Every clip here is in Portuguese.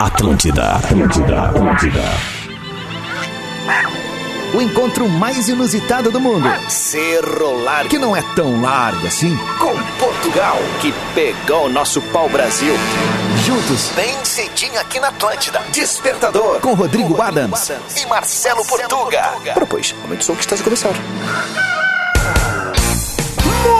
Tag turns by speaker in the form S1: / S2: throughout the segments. S1: Atlântida, Atlântida, Atlântida.
S2: O encontro mais inusitado do mundo.
S3: Cerro Largo,
S2: Que não é tão largo assim.
S3: com Portugal, que pegou o nosso pau-brasil.
S2: Juntos,
S3: Bem cedinho aqui na Atlântida. Despertador,
S2: com Rodrigo Adams.
S3: e Marcelo Portuga. Ora, pois, momento som que está a começar.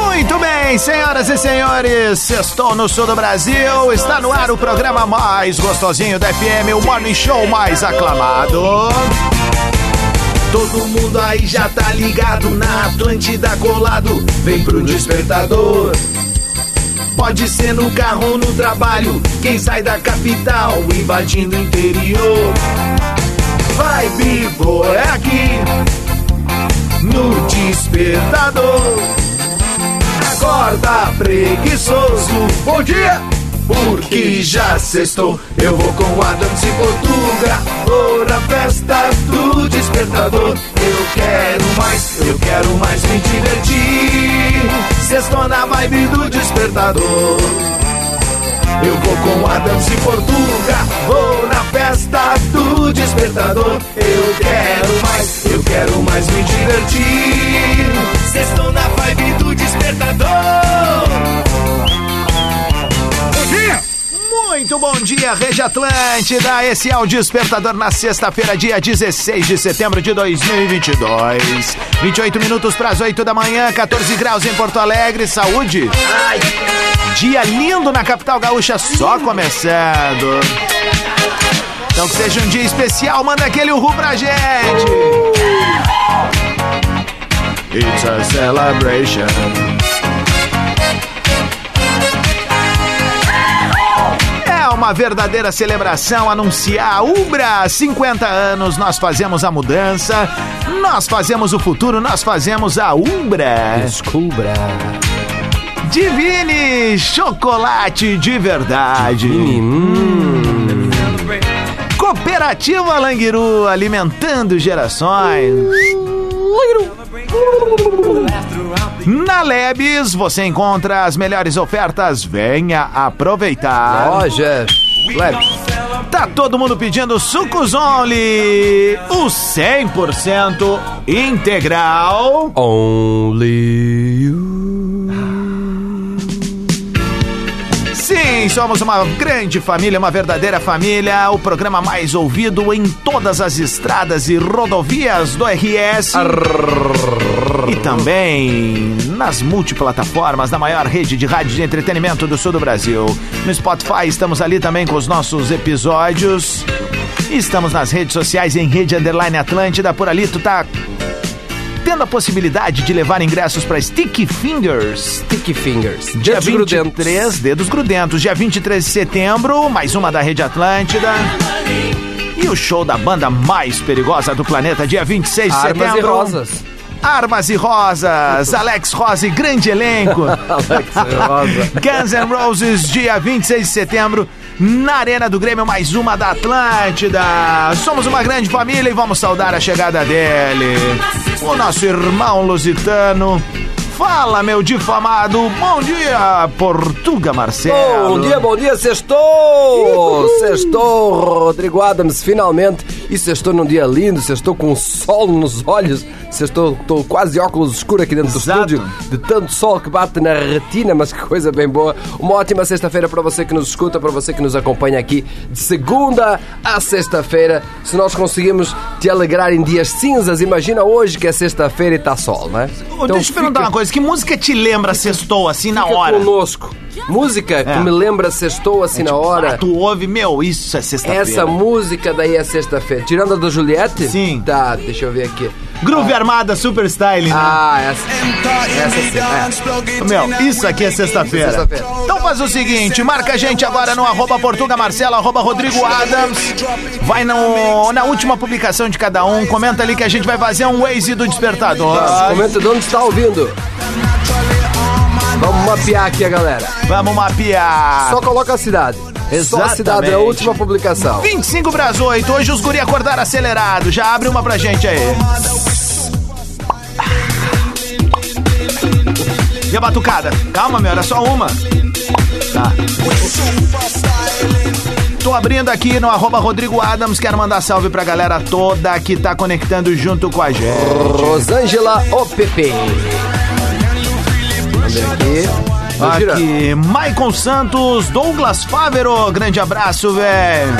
S2: Muito bem, senhoras e senhores, estou no sul do Brasil, está no ar o programa mais gostosinho da FM, o Morning Show mais aclamado.
S4: Todo mundo aí já tá ligado na Atlântida colado. Vem pro despertador. Pode ser no carro ou no trabalho. Quem sai da capital invadindo o interior. Vai Bibo é aqui no despertador. Acorda preguiçoso. Bom dia. Porque já sextou, eu vou com Adams e Portuga Ora, festa do despertador Eu quero mais, eu quero mais me divertir Sextou na vibe do despertador Eu vou com Adams e Portuga Ora, festa do despertador Eu quero mais, eu quero mais me divertir Sextou na vibe do despertador
S2: Muito bom dia, Rede Atlântida. Esse é o Despertador na sexta-feira, dia 16 de setembro de 2022. 28 minutos para as 8 da manhã, 14 graus em Porto Alegre. Saúde. Dia lindo na capital gaúcha, só começando. Então que seja um dia especial, manda aquele uhul pra gente. It's a celebration. É uma verdadeira celebração anunciar a Ubra 50 anos. Nós fazemos a mudança, nós fazemos o futuro, nós fazemos a Ubra.
S5: Descubra.
S2: Divine chocolate de verdade. Cooperativa Languiru alimentando gerações. Na Lebes você encontra as melhores ofertas. Venha aproveitar.
S5: Lojas. Labs.
S2: Tá todo mundo pedindo sucos only, o 100% integral.
S5: Only you.
S2: Sim, somos uma grande família, uma verdadeira família. O programa mais ouvido em todas as estradas e rodovias do RS. E também nas multiplataformas da maior rede de rádio de entretenimento do sul do Brasil. No Spotify estamos ali também com os nossos episódios. Estamos nas redes sociais em Rede Underline Atlântida. Por ali tu tá tendo a possibilidade de levar ingressos para Sticky Fingers.
S5: Sticky Fingers.
S2: Dia
S5: Dedos grudentos.
S2: 23, dedos grudentos. Dia 23 de setembro, mais uma da Rede Atlântida. E o show da banda mais perigosa do planeta, dia 26 de setembro.
S5: Armas e rosas.
S2: Armas e Rosas, Alex Rose, grande elenco.
S5: Alex Rosa.
S2: Guns N' Roses, dia 26 de setembro, na Arena do Grêmio, mais uma da Atlântida. Somos uma grande família e vamos saudar a chegada dele. O nosso irmão lusitano. Fala, meu difamado. Bom dia, Portuga Marcelo.
S5: Bom dia, bom dia, sextou! Sextou, Rodrigo Adams, finalmente. E sextou num dia lindo, sextou com sol nos olhos, sextou, tô quase óculos escuro aqui dentro do
S2: Exato.
S5: estúdio, de tanto sol que bate na retina, mas que coisa bem boa. Uma ótima sexta-feira para você que nos escuta, para você que nos acompanha aqui, de segunda a sexta-feira. Se nós conseguimos te alegrar em dias cinzas, imagina hoje que é sexta-feira e tá sol, né?
S2: Ô, Então Deixa eu te perguntar uma coisa. Que música te lembra sextou assim na
S5: Fica
S2: hora?
S5: conosco. Música que
S2: É.
S5: me lembra sextou assim na hora.
S2: Ah, tu ouve, meu, isso é sexta-feira.
S5: Essa música daí é sexta-feira. Tirando a da Juliette?
S2: Sim.
S5: Tá, deixa eu ver aqui.
S2: Groove Armada Super Style, né?
S5: Ah, essa. Essa sim. é.
S2: Meu, isso aqui é sexta-feira.
S5: Sexta-feira.
S2: então faz o seguinte, marca a gente agora no arroba Portuga Marcelo, arroba Rodrigo Adams. Vai no, na última publicação de cada um, comenta ali que a gente vai fazer um Waze do despertador.
S5: É. Comenta de onde está ouvindo. Vamos mapear aqui a galera.
S2: Vamos mapear.
S5: Só coloca a cidade. Só a cidade, é a
S2: Exatamente.
S5: última publicação.
S2: 25 para as 8, hoje os guri acordaram acelerado. Já abre uma pra gente aí. E a batucada? Calma, meu, era só uma. Tá. Tu Tô abrindo aqui no arroba Rodrigo Adams, quero mandar salve pra galera toda que tá conectando junto com a gente.
S5: Rosângela OPP. Vamos ver aqui. Vamos girar.
S2: Aqui, Maicon Santos, Douglas Fávero, grande abraço, velho.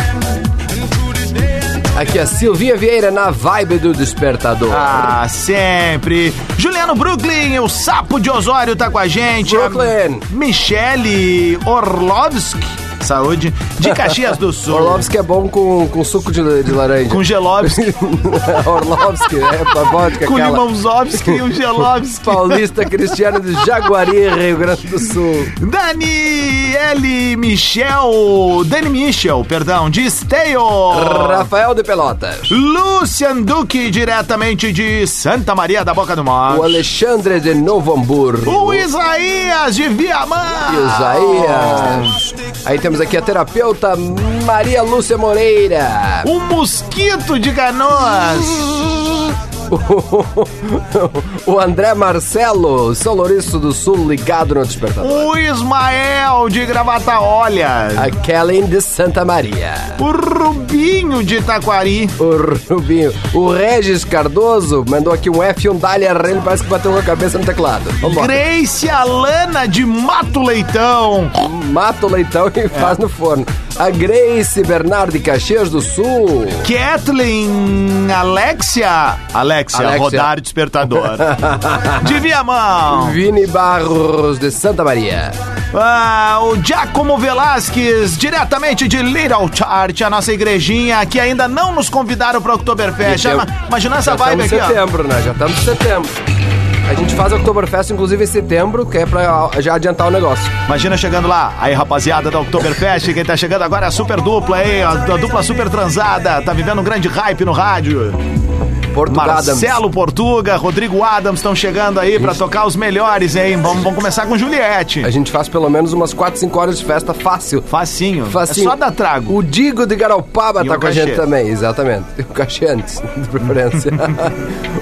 S5: Aqui a Silvia Vieira na vibe do despertador.
S2: Ah, sempre. Juliano Brooklyn, o sapo de Osório tá com a gente.
S5: Brooklyn.
S2: A Michele Orlovsk, saúde, de Caxias do Sul.
S5: Orlovski é bom com, com suco de, de laranja.
S2: Com Gelovski,
S5: Orlovski, é, com a vodka
S2: com
S5: aquela.
S2: Limãozovski e o Gelovski.
S5: Paulista Cristiano de Jaguari, Rio Grande do Sul.
S2: Daniele Michel, Dani Michel, perdão, de Oh. Esteio.
S5: Rafael de Pelotas.
S2: Lucian Duque, diretamente de Santa Maria da Boca do
S5: O
S2: Norte.
S5: Alexandre de Novo Hamburgo.
S2: O Isaías de Viamão.
S5: Isaías. Aí temos aqui a terapeuta Maria Lúcia Moreira.
S2: O Um Mosquito de Canoas.
S5: O André Marcelo, São Lourenço do Sul, ligado no despertador.
S2: O Um Ismael de Gravata Olha.
S5: A Kellen de Santa Maria.
S2: O Rubinho de Taquari.
S5: O Rubinho. O Regis Cardoso mandou aqui um F1 Dália Ele parece que bateu com a cabeça no teclado. Vambora.
S2: Grace Alana de Mato Leitão.
S5: Mata o leitão
S2: É.
S5: e faz no forno. A Grace Bernardo de Caxias do Sul.
S2: Kathleen Alexia. Alexia,
S5: Alexia.
S2: rodar o despertador. de Viamão.
S5: Vini Barros de Santa Maria.
S2: Ah, o Giacomo Velasquez, diretamente de Little Chart, a nossa igrejinha, que ainda não nos convidaram para Oktoberfest.
S5: Então,
S2: Ama- Imagina essa
S5: Já
S2: vibe
S5: estamos em
S2: aqui, ó.
S5: setembro, né? Já estamos em setembro. A gente faz a Oktoberfest, inclusive, em setembro, que é pra já adiantar o negócio.
S2: Imagina chegando lá. Aí, rapaziada da Oktoberfest, quem tá chegando agora é a super dupla, aí, a, a dupla super transada. Tá vivendo um grande hype no rádio.
S5: Portugal.
S2: Marcelo Portuga, Rodrigo Adams estão chegando aí pra tocar os melhores, hein? Vamos, vamos começar com Juliette.
S5: A gente faz pelo menos umas 4, 5 horas de festa fácil.
S2: Facinho.
S5: Facinho.
S2: É só dar trago.
S5: assim, O Digo de Garopaba
S2: E
S5: tá
S2: um
S5: com a gente
S2: cachê.
S5: também, exatamente. E um cachê antes, de preferência.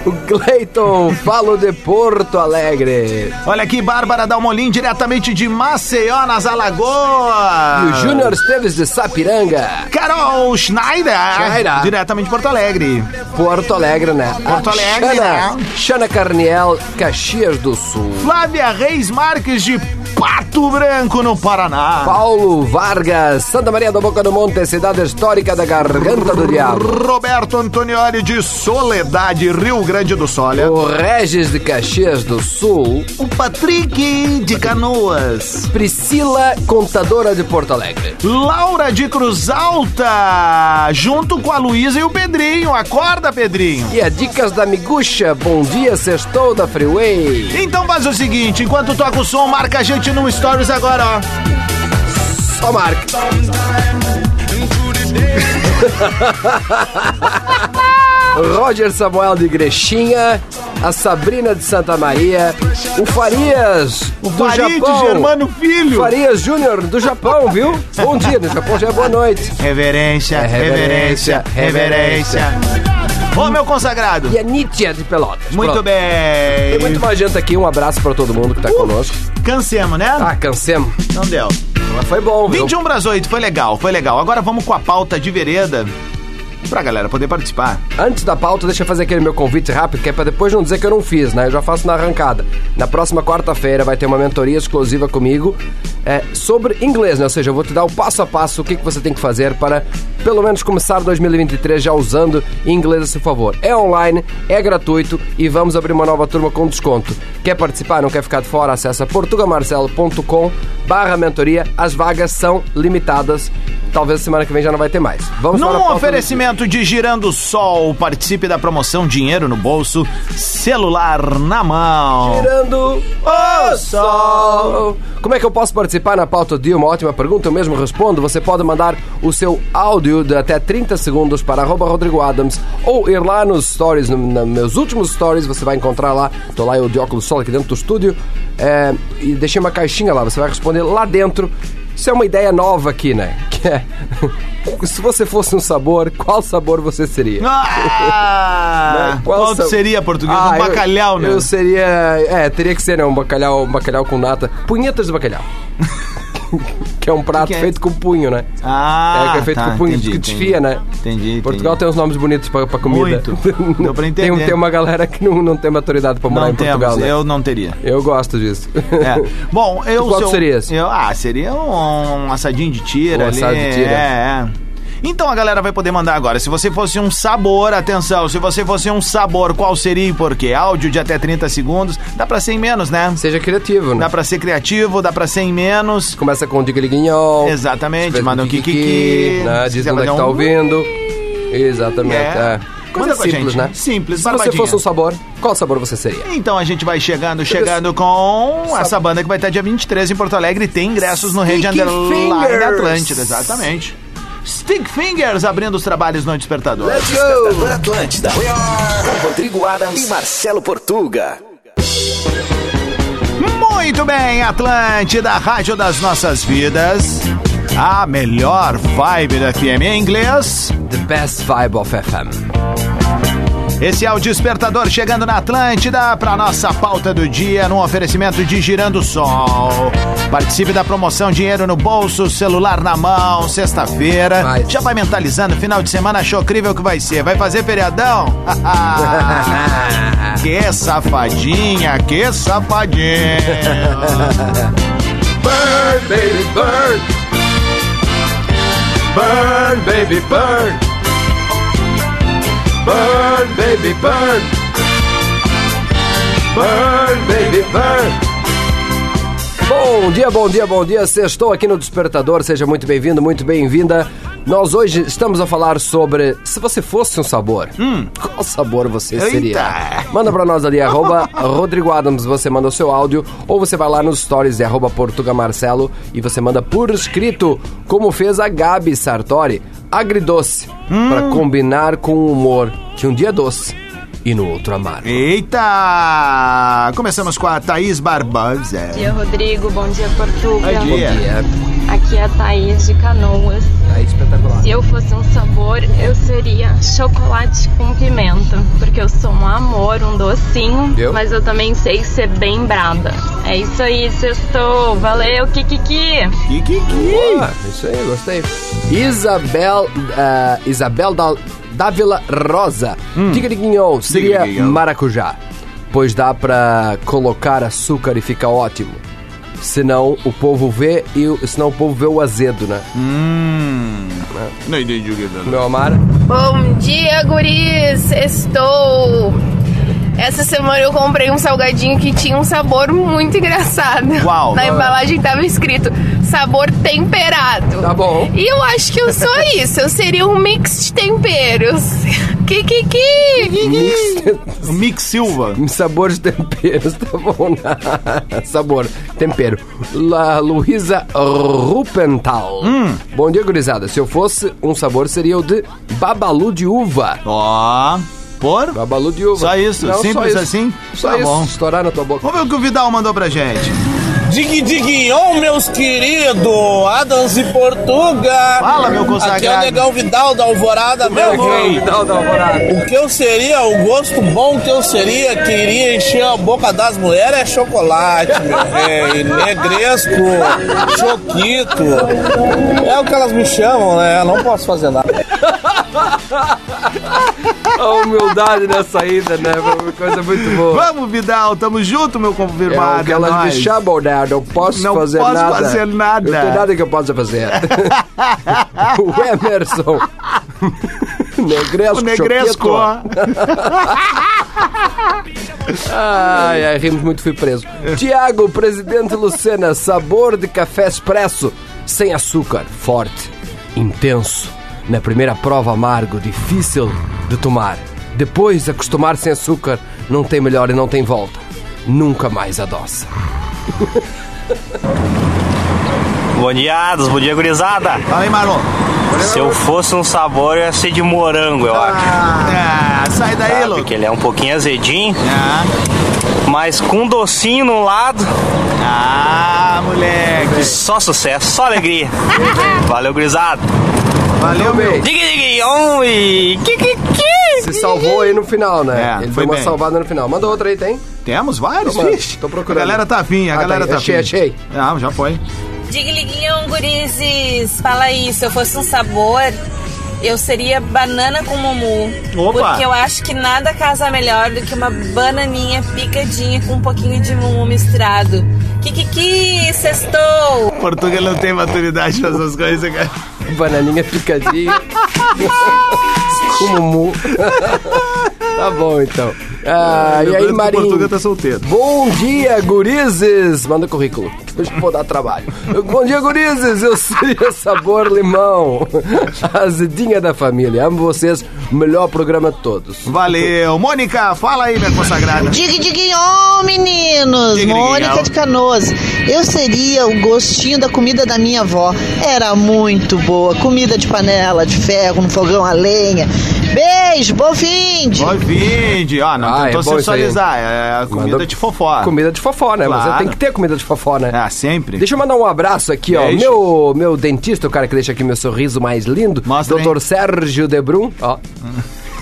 S5: o Cleiton, falo de Porto Alegre.
S2: Olha aqui, Bárbara Dalmolin, diretamente de Maceió, nas
S5: E
S2: Alagoas.
S5: o Júnior Esteves de Sapiranga.
S2: Carol Schneider,
S5: Schneider.
S2: diretamente de Porto Alegre.
S5: Porto Alegre, né?
S2: Porto
S5: A
S2: Alegre,
S5: Xana,
S2: né?
S5: Xana Carniel, Caxias do Sul.
S2: Flávia Reis Marques, de Pato Branco, no Paraná.
S5: Paulo Vargas, Santa Maria da Boca do Monte, cidade histórica da Garganta do Diabo.
S2: Roberto Antonioli, de Soledade, Rio Grande do Sol. Olha.
S5: O Regis de Caxias do Sul,
S2: O Patrick, de Canoas.
S5: Priscila, contadora de Porto Alegre.
S2: Laura de Cruz Alta, junto com a Luísa e o Pedrinho. Acorda, Pedrinho.
S5: E a dicas da Miguxa, bom dia, sextou da Freeway.
S2: Então faz o seguinte, enquanto toca o som, marca a gente no Stories agora, ó.
S5: Só marca. Roger Samuel de Grechinha, a Sabrina de Santa Maria, o Farias o do
S2: Farid
S5: Japão.
S2: Germano Filho.
S5: Farias Júnior do Japão, viu? Bom dia, no Japão já é boa noite.
S2: Reverência,
S5: É reverência,
S2: reverência, reverência. Ô, meu consagrado.
S5: E a Nietzsche de Pelotas.
S2: Muito
S5: Pronto.
S2: bem. Uh!
S5: Tem muito mais gente aqui, um abraço pra todo mundo que tá conosco.
S2: Cansemos, né?
S5: Ah, cansemos.
S2: Não deu.
S5: Mas foi bom, viu?
S2: 21 para as 8, um foi legal, foi legal. Agora vamos com a pauta de vereda pra galera poder participar.
S5: Antes da pauta, deixa eu fazer aquele meu convite rápido, que é pra depois não dizer que eu não fiz, né? Eu já faço na arrancada. Na próxima quarta-feira vai ter uma mentoria exclusiva comigo é, sobre inglês, né? Ou seja, eu vou te dar o passo a passo, o que, que você tem que fazer para, pelo menos, começar 2023 já usando inglês a seu favor. É online, é gratuito e vamos abrir uma nova turma com desconto. Quer participar, não quer ficar de fora? Acessa portugamarcelo.com barra mentoria. As vagas são limitadas. Talvez semana que vem já não vai ter mais. Vamos para a
S2: Num
S5: pauta do
S2: oferecimento de Girando Sol, participe da promoção Dinheiro no Bolso, celular na mão.
S5: Tirando o sol. Como é que eu posso participar na pauta do dia? Uma ótima pergunta, eu mesmo respondo. Você pode mandar o seu áudio de até 30 segundos para arroba Rodrigo Adams ou ir lá nos stories, no, na- meus últimos stories, você vai encontrar lá. Tô lá eu de óculos sol aqui dentro do estúdio. é, e deixei uma caixinha lá, você vai responder lá dentro. Isso é uma ideia nova aqui, né? Que é, se você fosse um sabor, qual sabor você seria?
S2: Ah, qual
S5: sab-
S2: seria português?
S5: né? Ah,
S2: um
S5: eu-
S2: bacalhau, né?
S5: Eu seria. É, teria que ser, né? Um bacalhau, um bacalhau com nata. Punhetas de bacalhau. que é um prato
S2: que é?
S5: feito com punho, né?
S2: Ah,
S5: é que é feito
S2: tá,
S5: com punho
S2: entendi,
S5: que desfia,
S2: entendi.
S5: né?
S2: Entendi,
S5: Portugal
S2: entendi.
S5: tem uns nomes bonitos para, para comida.
S2: Muito. Deu pra entender.
S5: Tem, tem uma galera que não, não tem maturidade para morar
S2: Não
S5: em Portugal,
S2: temos,
S5: né?
S2: eu não teria.
S5: Eu gosto disso.
S2: É. Bom, eu
S5: Qual
S2: se eu-
S5: seria esse?
S2: eu- ah, seria um assadinho de tira
S5: Um
S2: ali.
S5: assado de tira.
S2: É, é. Então a galera vai poder mandar agora. Se você fosse um sabor, atenção, se você fosse um sabor, qual seria e por quê? Áudio de até 30 segundos. Dá pra ser em menos, né?
S5: Seja criativo, né?
S2: Dá pra ser criativo, dá pra ser em menos.
S5: Começa com o Digliguinhol.
S2: Exatamente, manda um kikiki.
S5: Né?
S2: se
S5: Diz
S2: quiser
S5: onde é que
S2: mandar
S5: tá
S2: um-
S5: ouvindo. Exatamente.
S2: É.
S5: É. Coisa
S2: Manda com a
S5: simples,
S2: gente.
S5: né?
S2: Simples,
S5: Se você
S2: barbadinha.
S5: fosse um sabor, qual sabor você seria?
S2: Então a gente vai chegando, chegando com essa banda que vai estar dia 23 em Porto Alegre e tem ingressos no Rede
S5: Stick
S2: Underline
S5: Fingers.
S2: Atlântida, exatamente. Stick Fingers abrindo os trabalhos no Despertador.
S3: Despertador Atlântida. Com Rodrigo Adams e Marcelo Portuga.
S2: Muito bem, Atlântida, Rádio das Nossas Vidas. A melhor vibe da FM em inglês.
S5: The best vibe of FM.
S2: Esse é o Despertador chegando na Atlântida para nossa pauta do dia num oferecimento de Girando Sol. Participe da promoção Dinheiro no Bolso, celular na mão, sexta-feira.
S5: Mas-
S2: Já vai mentalizando, final de semana achou crível que vai ser. Vai fazer feriadão? que safadinha, que safadinha.
S5: Burn, baby, burn.
S4: Burn, baby, burn. Burn, baby, burn. Burn, baby, burn.
S5: Bom dia, bom dia, bom dia. Estou aqui no Despertador. Seja muito bem-vindo, muito bem-vinda. Nós hoje estamos a falar sobre se você fosse um sabor, qual sabor você seria? Manda pra nós ali, arroba Rodrigo Adams, você manda o seu áudio, ou você vai lá nos stories de arroba Portuga Marcelo e você manda por escrito, como fez a Gabi Sartori, agridoce, pra combinar com o humor que um dia é doce e no outro amargo.
S2: Eita! Começamos com a Thaís Barbosa.
S6: Bom dia, Rodrigo. Bom dia, Portugal.
S2: Bom dia.
S6: Aqui é a Thaís de Canoas.
S5: É espetacular.
S6: Se eu fosse um sabor, eu seria chocolate com pimenta. Porque eu sou um amor, um docinho.
S5: Viu?
S6: Mas eu também sei ser bem brada. É isso aí, sextou. Valeu, Kikiki.
S2: Que, que, que?
S5: Boa, isso aí, gostei. Isabel, ah, Isabel da, Dávila Rosa. Diga de guinhão, seria
S2: Hum. guinhão.
S5: maracujá, pois dá pra colocar açúcar e fica ótimo. Senão o povo vê e o- senão o povo vê o azedo, né?
S2: Hum. Não entendi o que é.
S5: Meu amar.
S7: Bom dia, guris! Estou! Essa semana eu comprei um salgadinho que tinha um sabor muito engraçado.
S2: Uau.
S5: é?
S7: Na embalagem tava escrito sabor temperado.
S5: Tá bom.
S7: E eu acho que eu sou isso, eu seria um mix de temperos. Kikiki!
S2: O Mick Silva.
S5: Sabor de temperos, tá bom? né? Sabor, tempero. La Luísa Rupental.
S2: Hum.
S5: Bom dia, gurizada. Se eu fosse um sabor, seria o de babalu de uva.
S2: Ó. Por?
S5: Babalu de uva.
S2: Só isso?
S5: Não,
S2: Simples
S5: só isso.
S2: assim?
S5: Só
S2: Tá
S5: isso.
S2: bom.
S5: Estourar na tua boca.
S2: Vamos ver o que o Vidal mandou pra gente.
S8: Dig Diguinhon, meus queridos, Adams e Portuga.
S2: Fala, meu consagrado.
S8: Aqui é o Negão Vidal da Alvorada, meu rei.
S5: Não, não, Alvorada.
S8: O que eu seria, o gosto bom que eu seria, que iria encher a boca das mulheres é chocolate, meu rei. Negresco, choquito. É o que elas me chamam, né? Eu não posso fazer nada.
S5: A humildade na saída, né? Foi uma coisa muito boa.
S2: Vamos, Vidal, tamo junto, meu
S5: É o
S2: confirmado.
S5: que elas me
S2: nós.
S5: chamam, né? Não posso
S2: Não
S5: fazer
S2: posso
S5: nada.
S2: fazer nada.
S5: Não tem nada que eu possa fazer. o Emerson. Negresco.
S2: O Negresco.
S5: Choquito. Ai, ai, rimos muito, fui preso. Tiago, presidente Lucena, sabor de café expresso, sem açúcar, forte, intenso. Na primeira prova, amargo, difícil de tomar. Depois, acostumar sem açúcar, não tem melhor e não tem volta. Nunca mais adoça.
S9: Bom dia, Adas, bom dia, gurizada.
S2: Fala aí, Marlon.
S9: Se eu fosse um sabor, eu ia ser de morango, eu acho.
S2: Ah, sai daí,
S9: Sabe?
S2: louco.
S9: Que ele é um pouquinho azedinho,
S2: Ah,
S9: mas com um docinho no lado,
S2: ah, moleque.
S9: só sucesso, só alegria. Valeu, gurizada.
S5: Um
S2: Valeu, meu.
S9: Diga, diga, on e... que, que,
S5: Se
S9: que.
S5: salvou aí no final, né?
S2: É,
S5: Ele
S2: foi
S5: foi uma
S2: bem.
S5: salvada no final. Manda outra aí, tem?
S2: Temos vários,
S5: Tô, mano,
S2: vixe.
S5: tô procurando.
S2: A galera tá afim, a
S5: Ah, tá
S2: galera
S5: aí,
S2: tá
S5: achei,
S2: afim.
S5: achei.
S2: Ah, já foi.
S10: Digliguinhão, gurizes. Fala aí, se eu fosse um sabor, eu seria banana com mumu.
S2: Opa!
S10: Porque eu acho que nada casa melhor do que uma bananinha picadinha com um pouquinho de mumu misturado. Kikiki, sextou!
S2: Portugal não tem maturidade pra essas coisas, cara.
S5: Bananinha picadinha. Com mumu. tá bom, então. Ah, e aí,
S2: É, Lembrando que o Portugal
S5: Marinho?
S2: tá solteiro.
S5: Bom dia, gurizes! Manda currículo. Hoje vou dar trabalho. Bom dia, gurizes! Eu seria sabor limão. Azedinha da família. Amo vocês. Melhor programa de todos.
S2: Valeu. Mônica, fala aí, minha consagrada.
S11: Dig diguinho, meninos!
S2: Dig, diguinho.
S11: Mônica de Canoas. Eu seria o gostinho da comida da minha avó. Era muito boa. Comida de panela, de ferro, no fogão a lenha. Beijo, bom fim de-
S2: Oi, Vinde. Ó, não
S5: Ah, é
S2: tentou
S5: bom isso aí.
S2: sensualizar. É a comida
S5: Manda-
S2: de fofó.
S5: Comida de fofó, né?
S2: Claro.
S5: Mas tem que ter comida de fofó, né?
S2: Ah, sempre.
S5: Deixa eu mandar um abraço aqui, ó.
S2: Deixa.
S5: Meu, meu dentista, o cara que deixa aqui meu sorriso mais lindo,
S2: Mostra,
S5: Dr. Sérgio Debrum, ó.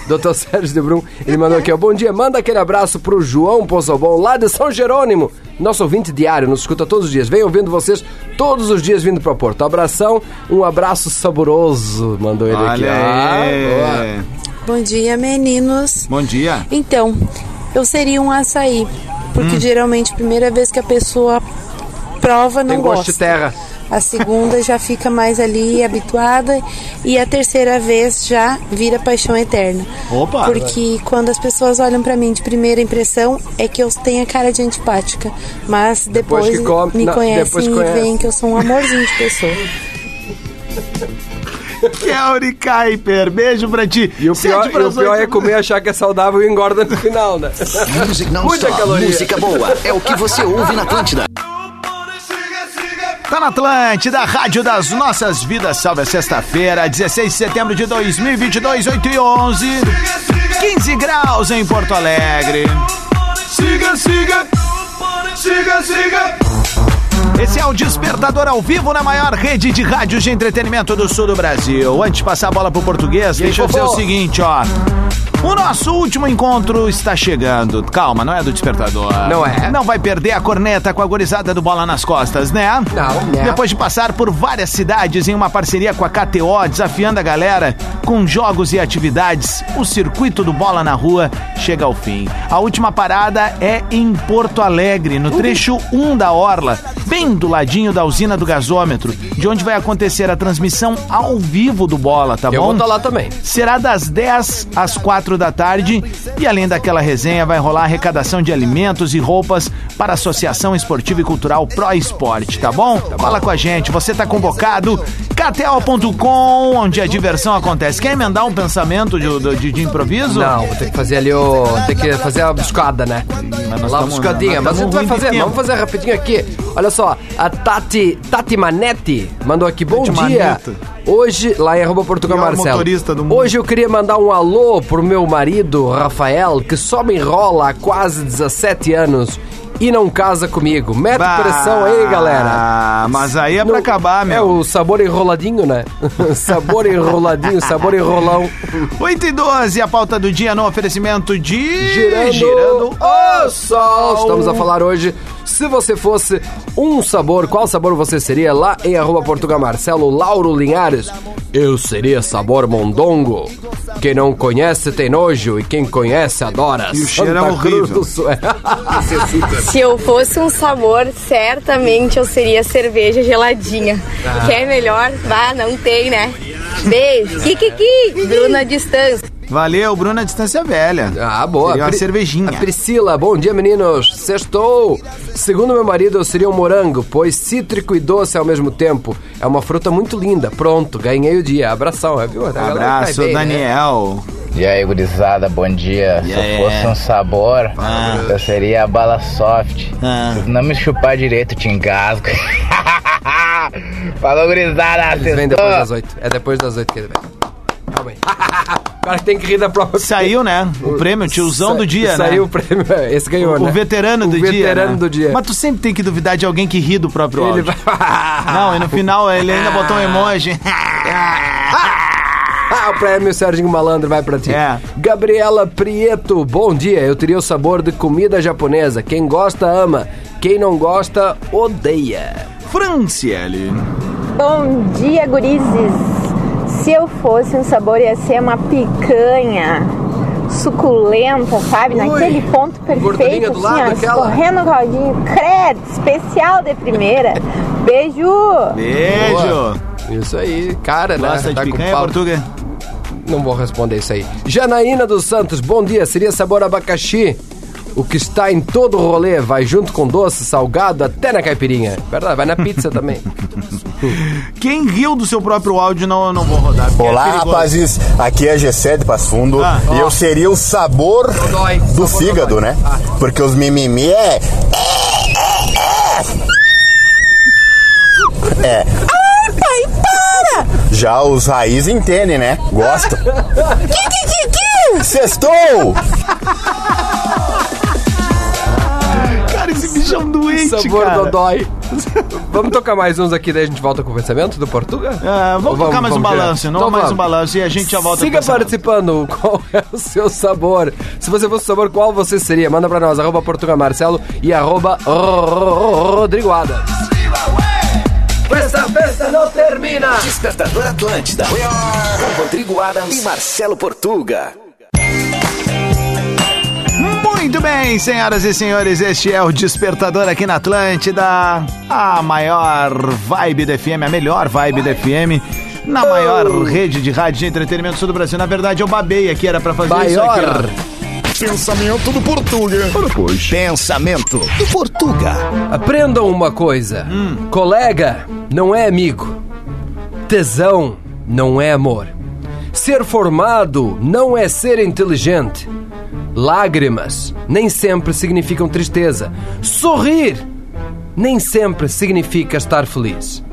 S5: Dr. Sérgio Debrum, ele mandou aqui, ó. Bom dia, manda aquele abraço pro João Pozobon, lá de São Jerônimo. Nosso ouvinte diário, nos escuta todos os dias. Vem ouvindo vocês todos os dias vindo pra Porto. Abração, um abraço saboroso, mandou ele aqui.
S2: Olha
S5: Ah, boa.
S2: aí.
S12: Bom dia, meninos.
S2: Bom dia.
S12: Então, eu seria um açaí,
S5: Hum.
S12: porque geralmente a primeira vez que a pessoa prova não
S5: Tem
S12: gosta.
S5: gosto de terra.
S12: A segunda já fica mais ali habituada e a terceira vez já vira paixão eterna.
S2: Opa!
S12: Porque quando as pessoas olham pra mim de primeira impressão é que eu tenho a cara de antipática, mas
S5: Depois
S12: depois,
S5: que come-
S12: me
S5: não,
S12: conhecem
S5: depois conhece.
S12: e veem que eu sou um amorzinho de pessoa.
S2: Kelly Kuiper, beijo pra ti.
S5: E o
S2: Sede
S5: pior, e
S2: pras
S5: o pior
S2: oito.
S5: é comer e achar que é saudável e engorda no final, né?
S3: Music não
S5: Muita
S3: stop.
S5: caloria.
S3: Música boa é o que você ouve na Atlântida.
S2: Tá na Atlântida, Rádio das Nossas Vidas. Salve, é sexta-feira, 16 de setembro de 2022, 8 e 11. 15 graus em Porto Alegre.
S4: Siga, siga, siga, siga.
S2: Esse é o Despertador ao vivo na maior rede de rádios de entretenimento do sul do Brasil. Antes de passar a bola pro português, deixa eu dizer o
S5: fofo?
S2: seguinte, ó. O nosso último encontro está chegando. Calma, não é do despertador.
S5: Não é.
S2: Não vai perder a corneta com a gorizada do Bola nas Costas, né?
S5: Não, né?
S2: Depois de passar por várias cidades em uma parceria com a KTO, desafiando a galera com jogos e atividades, o circuito do Bola na Rua chega ao fim. A última parada é em Porto Alegre,
S5: Uhum.
S2: no trecho 1 da Orla, bem do ladinho da usina do gasômetro, de onde vai acontecer a transmissão ao vivo do Bola, tá
S5: Eu
S2: bom?
S5: vou estar lá também.
S2: será das 10 às 4 da tarde e além daquela resenha vai rolar arrecadação de alimentos e roupas para a Associação Esportiva e Cultural Pro Esporte, tá bom? Fala com a gente, você tá convocado, kto.com, onde a diversão acontece. Quer emendar um pensamento de, de- de improviso?
S5: Não, tem que fazer ali o. Tem que fazer a buscada, né?
S2: Mas nós
S5: Lá a
S2: tamo-
S5: buscadinha.
S2: nós
S5: Mas a
S2: tamo
S5: gente vai
S2: ruim de
S5: fazer,
S2: tempo.
S5: vamos fazer rapidinho aqui. Olha só, a Tati, Tati Manetti mandou aqui, bom
S2: Tati
S5: dia.
S2: Manetti.
S5: Hoje, lá em arroba Portugal
S2: Pior
S5: Marcelo.
S2: motorista do mundo.
S5: Hoje eu queria mandar um alô pro meu marido, Rafael, que só me enrola há quase 17 anos e não casa comigo. Mete
S2: Bah,
S5: pressão aí, galera.
S2: Mas aí é pra
S5: Não-
S2: acabar,
S5: É
S2: meu.
S5: o sabor enroladinho, né? sabor enroladinho, sabor enrolão.
S2: 8 e 12, a pauta do dia no oferecimento de...
S5: Girando,
S2: Girando
S5: o sol. Estamos a falar hoje. Se você fosse um sabor, qual sabor você seria? Lá em arroba Portugal Marcelo, Lauro Linhares. Eu seria sabor mondongo. Quem não conhece tem nojo e quem conhece adora.
S2: E o cheiro é horrível.
S5: Sul.
S7: Se eu fosse um sabor, certamente eu seria cerveja geladinha. Quer melhor? Vá, não tem, né? Beijo. Kikiki, Bruna à distância.
S2: Valeu, Bruna, distância velha.
S5: Ah, boa.
S2: Seria uma
S5: Pri-
S2: cervejinha.
S5: A Priscila, bom dia, meninos. Sextou. Segundo meu marido, eu seria um morango, pois cítrico e doce ao mesmo tempo. É uma fruta muito linda. Pronto, ganhei o dia. Abração, é, viu? A galera
S2: Abraço,
S5: cai bem, né?
S2: Daniel.
S13: E aí, gurizada, bom dia. Se
S2: Yeah.
S13: eu fosse um sabor,
S14: Ah.
S13: eu seria a bala soft.
S2: Ah.
S13: Se não me chupar direito, eu te engasgo. Falou, gurizada.
S5: Eles vêm
S13: sextou.
S5: depois das oito. É depois das oito que ele vem. Calma aí. O cara tem que rir da própria.
S2: Saiu, né? O prêmio, tiozão
S5: Sa-
S2: do dia,
S5: Saiu o
S2: né?
S5: prêmio. Esse ganhou,
S2: O
S5: né?
S2: veterano
S5: O
S2: do dia.
S5: veterano
S2: né?
S5: do dia.
S2: Mas tu sempre tem que duvidar de alguém que ri do próprio
S5: Ele
S2: áudio.
S5: vai...
S2: Não, e no final ele ainda botou um emoji.
S5: Ah, o prêmio Serginho Malandro vai pra ti.
S2: É.
S5: Gabriela Prieto, bom dia. Eu teria o sabor de comida japonesa. Quem gosta, ama. Quem não gosta, odeia.
S2: Franciele.
S15: Bom dia, gurizes. Se eu fosse um sabor, ia ser uma picanha suculenta, sabe? Naquele ponto perfeito,
S5: gordurinha do
S15: assim,
S5: lado,
S15: ó,
S5: aquela.
S15: escorrendo o caldinho. Credo, especial de primeira. Beijo!
S5: Boa. Isso aí, cara, né?
S14: Tá
S2: Gosta de picanha,
S5: português? Não vou responder isso aí. Janaína dos Santos, bom dia. Seria sabor abacaxi? O que está em todo rolê vai junto com doce, salgado, até na caipirinha. Verdade, vai na pizza também.
S2: Quem riu do seu próprio áudio, não, eu não vou rodar. porque é
S14: Olá,
S2: perigoso. Ah,
S14: rapazes. Aqui é Gessé de Passo Fundo. e eu seria o sabor do fígado, né? Porque os mimimi é. É.
S4: Ai, pai, para!
S14: Já os raiz entendem, né? Gosta.
S4: Que,
S14: Sextou!
S2: Cara, esse bichão doente,
S5: Sabor
S2: cara.
S5: Dodói. vamos tocar mais uns aqui, daí a gente volta com o pensamento do Portuga?
S2: Ah,
S5: Então
S2: vamos tocar mais um balanço, não mais um balanço, e a gente já volta com o
S5: Siga
S2: pensamento.
S5: participando, qual é o seu sabor? Se você fosse o sabor, qual você seria? Manda pra nós, arroba Portuga Marcelo e arroba Ro- Ro- Ro- Rodrigo Adams.
S3: Esta festa não termina! Despertador Atlântida. Com Rodrigo Adams e Marcelo Portuga.
S2: Muito bem, senhoras e senhores, este é o Despertador aqui na Atlântida, a maior vibe da FM, a melhor vibe da FM. Na
S5: Oh.
S2: maior rede de rádio de entretenimento do sul do Brasil. Na verdade, eu babei aqui, era pra fazer isso aqui.
S4: Maior.
S2: ó. Pensamento do Portuga.
S5: Pensamento do Portuga. Aprendam uma coisa: colega não é amigo, tesão não é amor, ser formado não é ser inteligente, lágrimas nem sempre significam tristeza, sorrir nem sempre significa estar feliz.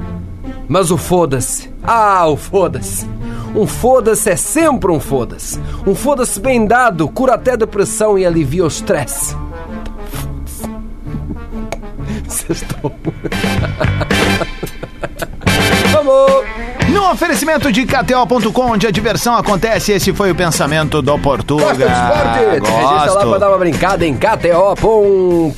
S5: Mas o foda-se. Ah, o foda-se. Um foda-se é sempre um foda-se. Um foda-se bem dado cura até depressão e alivia o estresse. Sextou. Vamos!
S2: No oferecimento de KTO.com, onde a diversão acontece, esse foi o pensamento do Portuga.
S5: Gosta do esporte? Te Registra lá pra dar um Oh. uma brincada em kto.com.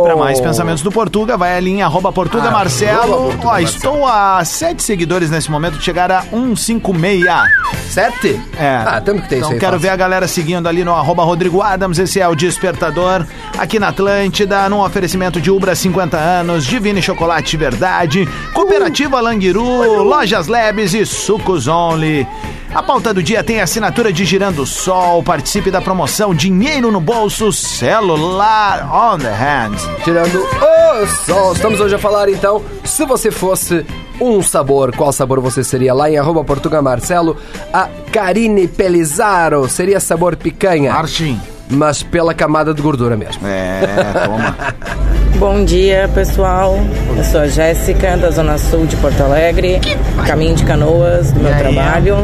S2: E pra mais pensamentos do Portuga, vai ali em arroba Portuga
S5: Ah, Arroba
S2: Marcelo.
S5: Portuga
S2: Ó,
S5: Marcelo.
S2: estou a sete seguidores nesse momento, chegar a 156.
S5: Sete?
S2: É.
S5: Ah, temos que ter
S2: então
S5: isso aí,
S2: quero ver
S5: fácil.
S2: a galera seguindo ali no arroba Rodrigo Adams, esse é o Despertador, aqui na Atlântida, num oferecimento de Ubra 50 anos, Divine Chocolate de Verdade, Cooperativa Languiru, Lojas Labs e Sucos Only. A pauta do dia tem assinatura de Girando Sol, participe da promoção Dinheiro no Bolso, celular on the hand.
S5: Tirando o sol. Estamos hoje a falar então, se você fosse um sabor, qual sabor você seria? Lá em arroba Portuga Marcelo, a Karine Pelizaro seria sabor picanha.
S2: Martim.
S5: Mas pela camada de gordura mesmo.
S2: É, toma.
S16: Bom dia, pessoal. Eu sou a Jéssica, da Zona Sul de Porto Alegre, caminho de canoas, do meu
S2: E aí?
S16: trabalho.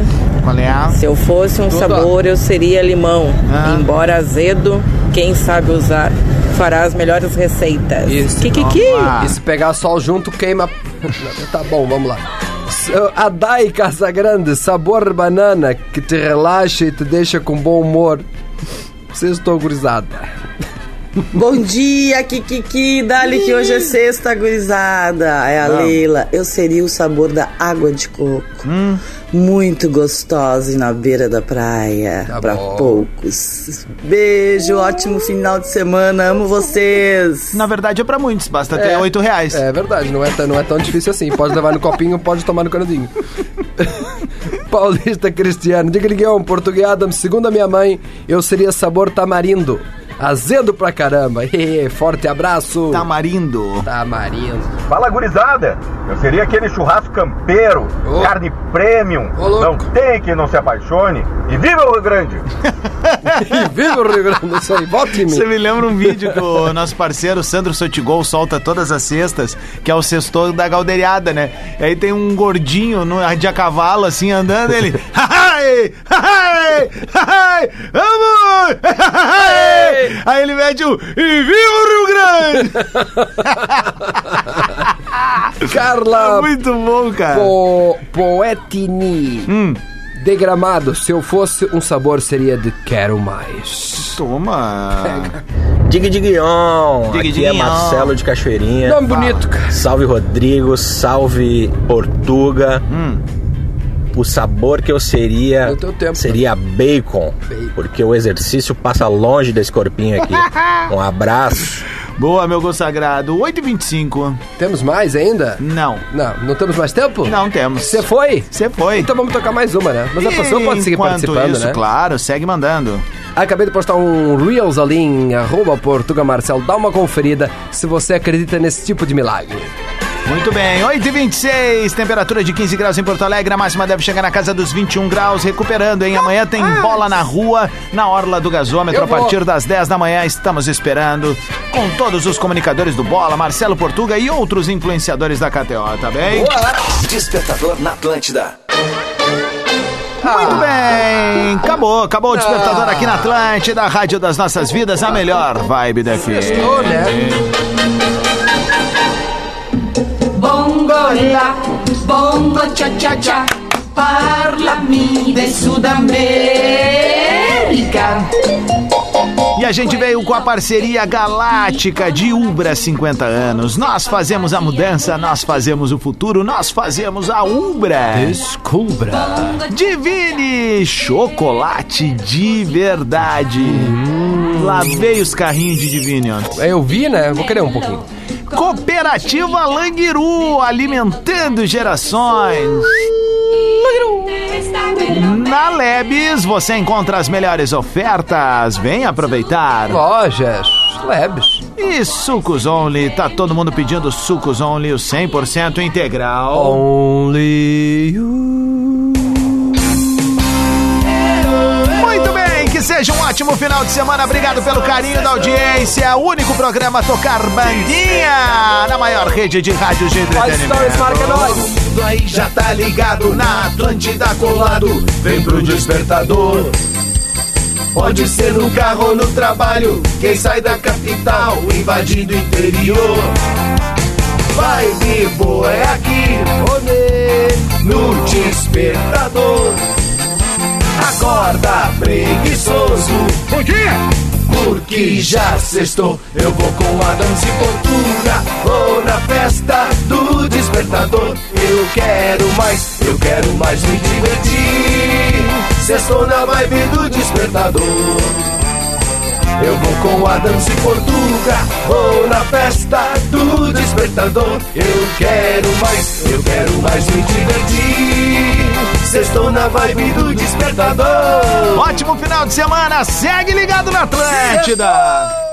S2: Qual é a?
S16: Se eu fosse um
S2: Tudo.
S16: sabor, eu seria limão. Embora azedo, quem sabe usar fará as melhores receitas.
S5: Isso.
S16: Kikiki!
S5: E se pegar sol junto, queima. tá bom, vamos lá. S- A Dai Casa Grande, sabor banana, que te relaxa e te deixa com bom humor. Vocês estão gurizada.
S17: Bom dia, Kikiki, Dali, que hoje é sexta, gurizada. É a
S5: Vamos.
S17: Leila. Eu seria o sabor da água de coco. Muito gostosa e na beira da praia. pra
S18: bom.
S17: poucos. Beijo, ótimo final de semana. Amo vocês.
S2: Na verdade é pra muitos, basta ter
S5: É,
S2: oito reais.
S5: É verdade, não é, tão- não é tão difícil assim. Pode levar no copinho, pode tomar no canudinho. Paulista Cristiano, diga Liguão, português Adam, um segundo a minha mãe, eu seria sabor tamarindo. Azedo pra caramba. Hehe, Forte abraço.
S2: Tamarindo.
S5: Tá Tamarindo.
S19: Fala gurizada, eu seria aquele churrasco campeiro, carne premium, não tem quem não se apaixone e viva o Rio Grande!
S5: Viva o Rio Grande do Sul, volte em mim.
S2: Você me lembra um vídeo que o nosso parceiro Sandro Sotigol solta todas as sextas, que é o sextor da galderiada, né? E aí tem um gordinho no, de a cavalo, assim, andando, ele... "Hahai! Hahai! Hahai! Vamos! Hahai!" Aí ele mete um... E viva o Rio Grande!
S5: Carla.
S18: Ah,
S2: Muito bom, cara.
S19: Hum.
S5: Po Poetini. Degramado, se eu fosse um sabor, seria de quero mais.
S2: Toma!
S18: Dig Diguion,
S2: Dig,
S18: aqui
S2: dig,
S18: é
S2: ion.
S18: Marcelo de Cachoeirinha.
S5: Nome bonito, cara.
S18: Salve Rodrigo, salve Portuga.
S5: Hum.
S18: O sabor que eu seria seria bacon, porque o exercício passa longe desse corpinho aqui. Um abraço.
S2: Boa, meu consagrado. 8h25.
S5: né? Temos mais ainda?
S2: Não.
S5: Não, não temos mais tempo?
S2: Não temos.
S5: Você foi?
S2: Você foi.
S5: Então vamos tocar mais uma, né? Mas a
S2: E
S5: pessoa pode seguir
S2: enquanto
S5: participando,
S2: isso,
S5: né?
S2: claro, segue mandando.
S5: Acabei de postar um Reels ali em arroba Portuga Marcel. Dá uma conferida se você acredita nesse tipo de milagre.
S2: Muito bem, 8h26, temperatura de 15 graus em Porto Alegre, a máxima deve chegar na casa dos 21 graus, recuperando, hein? Amanhã tem bola na rua, na orla do gasômetro,
S5: Eu
S2: a
S5: vou.
S2: partir das 10 da manhã, estamos esperando com todos os comunicadores do Bola, Marcelo Portuga e outros influenciadores da KTO, tá bem?
S3: Despertador na Atlântida.
S2: Muito bem, acabou, acabou o despertador aqui
S5: Ah.
S2: na Atlântida, a rádio das nossas vidas, a melhor vibe da FM.
S20: Bongola, bongo cha cha cha, parlami de Sudamérica.
S2: E a gente veio com a parceria galáctica de Ubra 50 anos. Nós fazemos a mudança, nós fazemos o futuro, nós fazemos a Ubra.
S5: Descubra.
S2: Divine chocolate de verdade. Lavei os carrinhos de Divine ontem.
S5: Eu vi, né? Vou querer um pouquinho.
S2: Cooperativa Languiru, alimentando gerações. Na Lebes você encontra as melhores ofertas. Vem aproveitar.
S5: Lojas, Lebes.
S2: E sucos only. Tá todo mundo pedindo sucos only, o 100% integral.
S5: Only
S2: Muito bem, que seja um ótimo final de semana. Obrigado pelo carinho da audiência. É O único programa a tocar bandinha na maior rede de rádios de entretenimento.
S4: Mundo aí já tá ligado na Atlântida colado. Vem pro despertador. Pode ser no carro ou no trabalho. Quem sai da capital invadindo o interior. Vai boa é aqui. Olê, no despertador. Acorda preguiçoso. Bom dia. Porque já sextou, eu vou com a dança e cultura. Vou na festa do despertador. Eu quero mais, eu quero mais me divertir. Sextou na vibe do despertador. Eu vou com a dança e Portuga, vou na festa do despertador. Eu quero mais, eu quero mais me divertir. Sextou na vibe do despertador.
S2: Ótimo final de semana, segue ligado na Atlântida.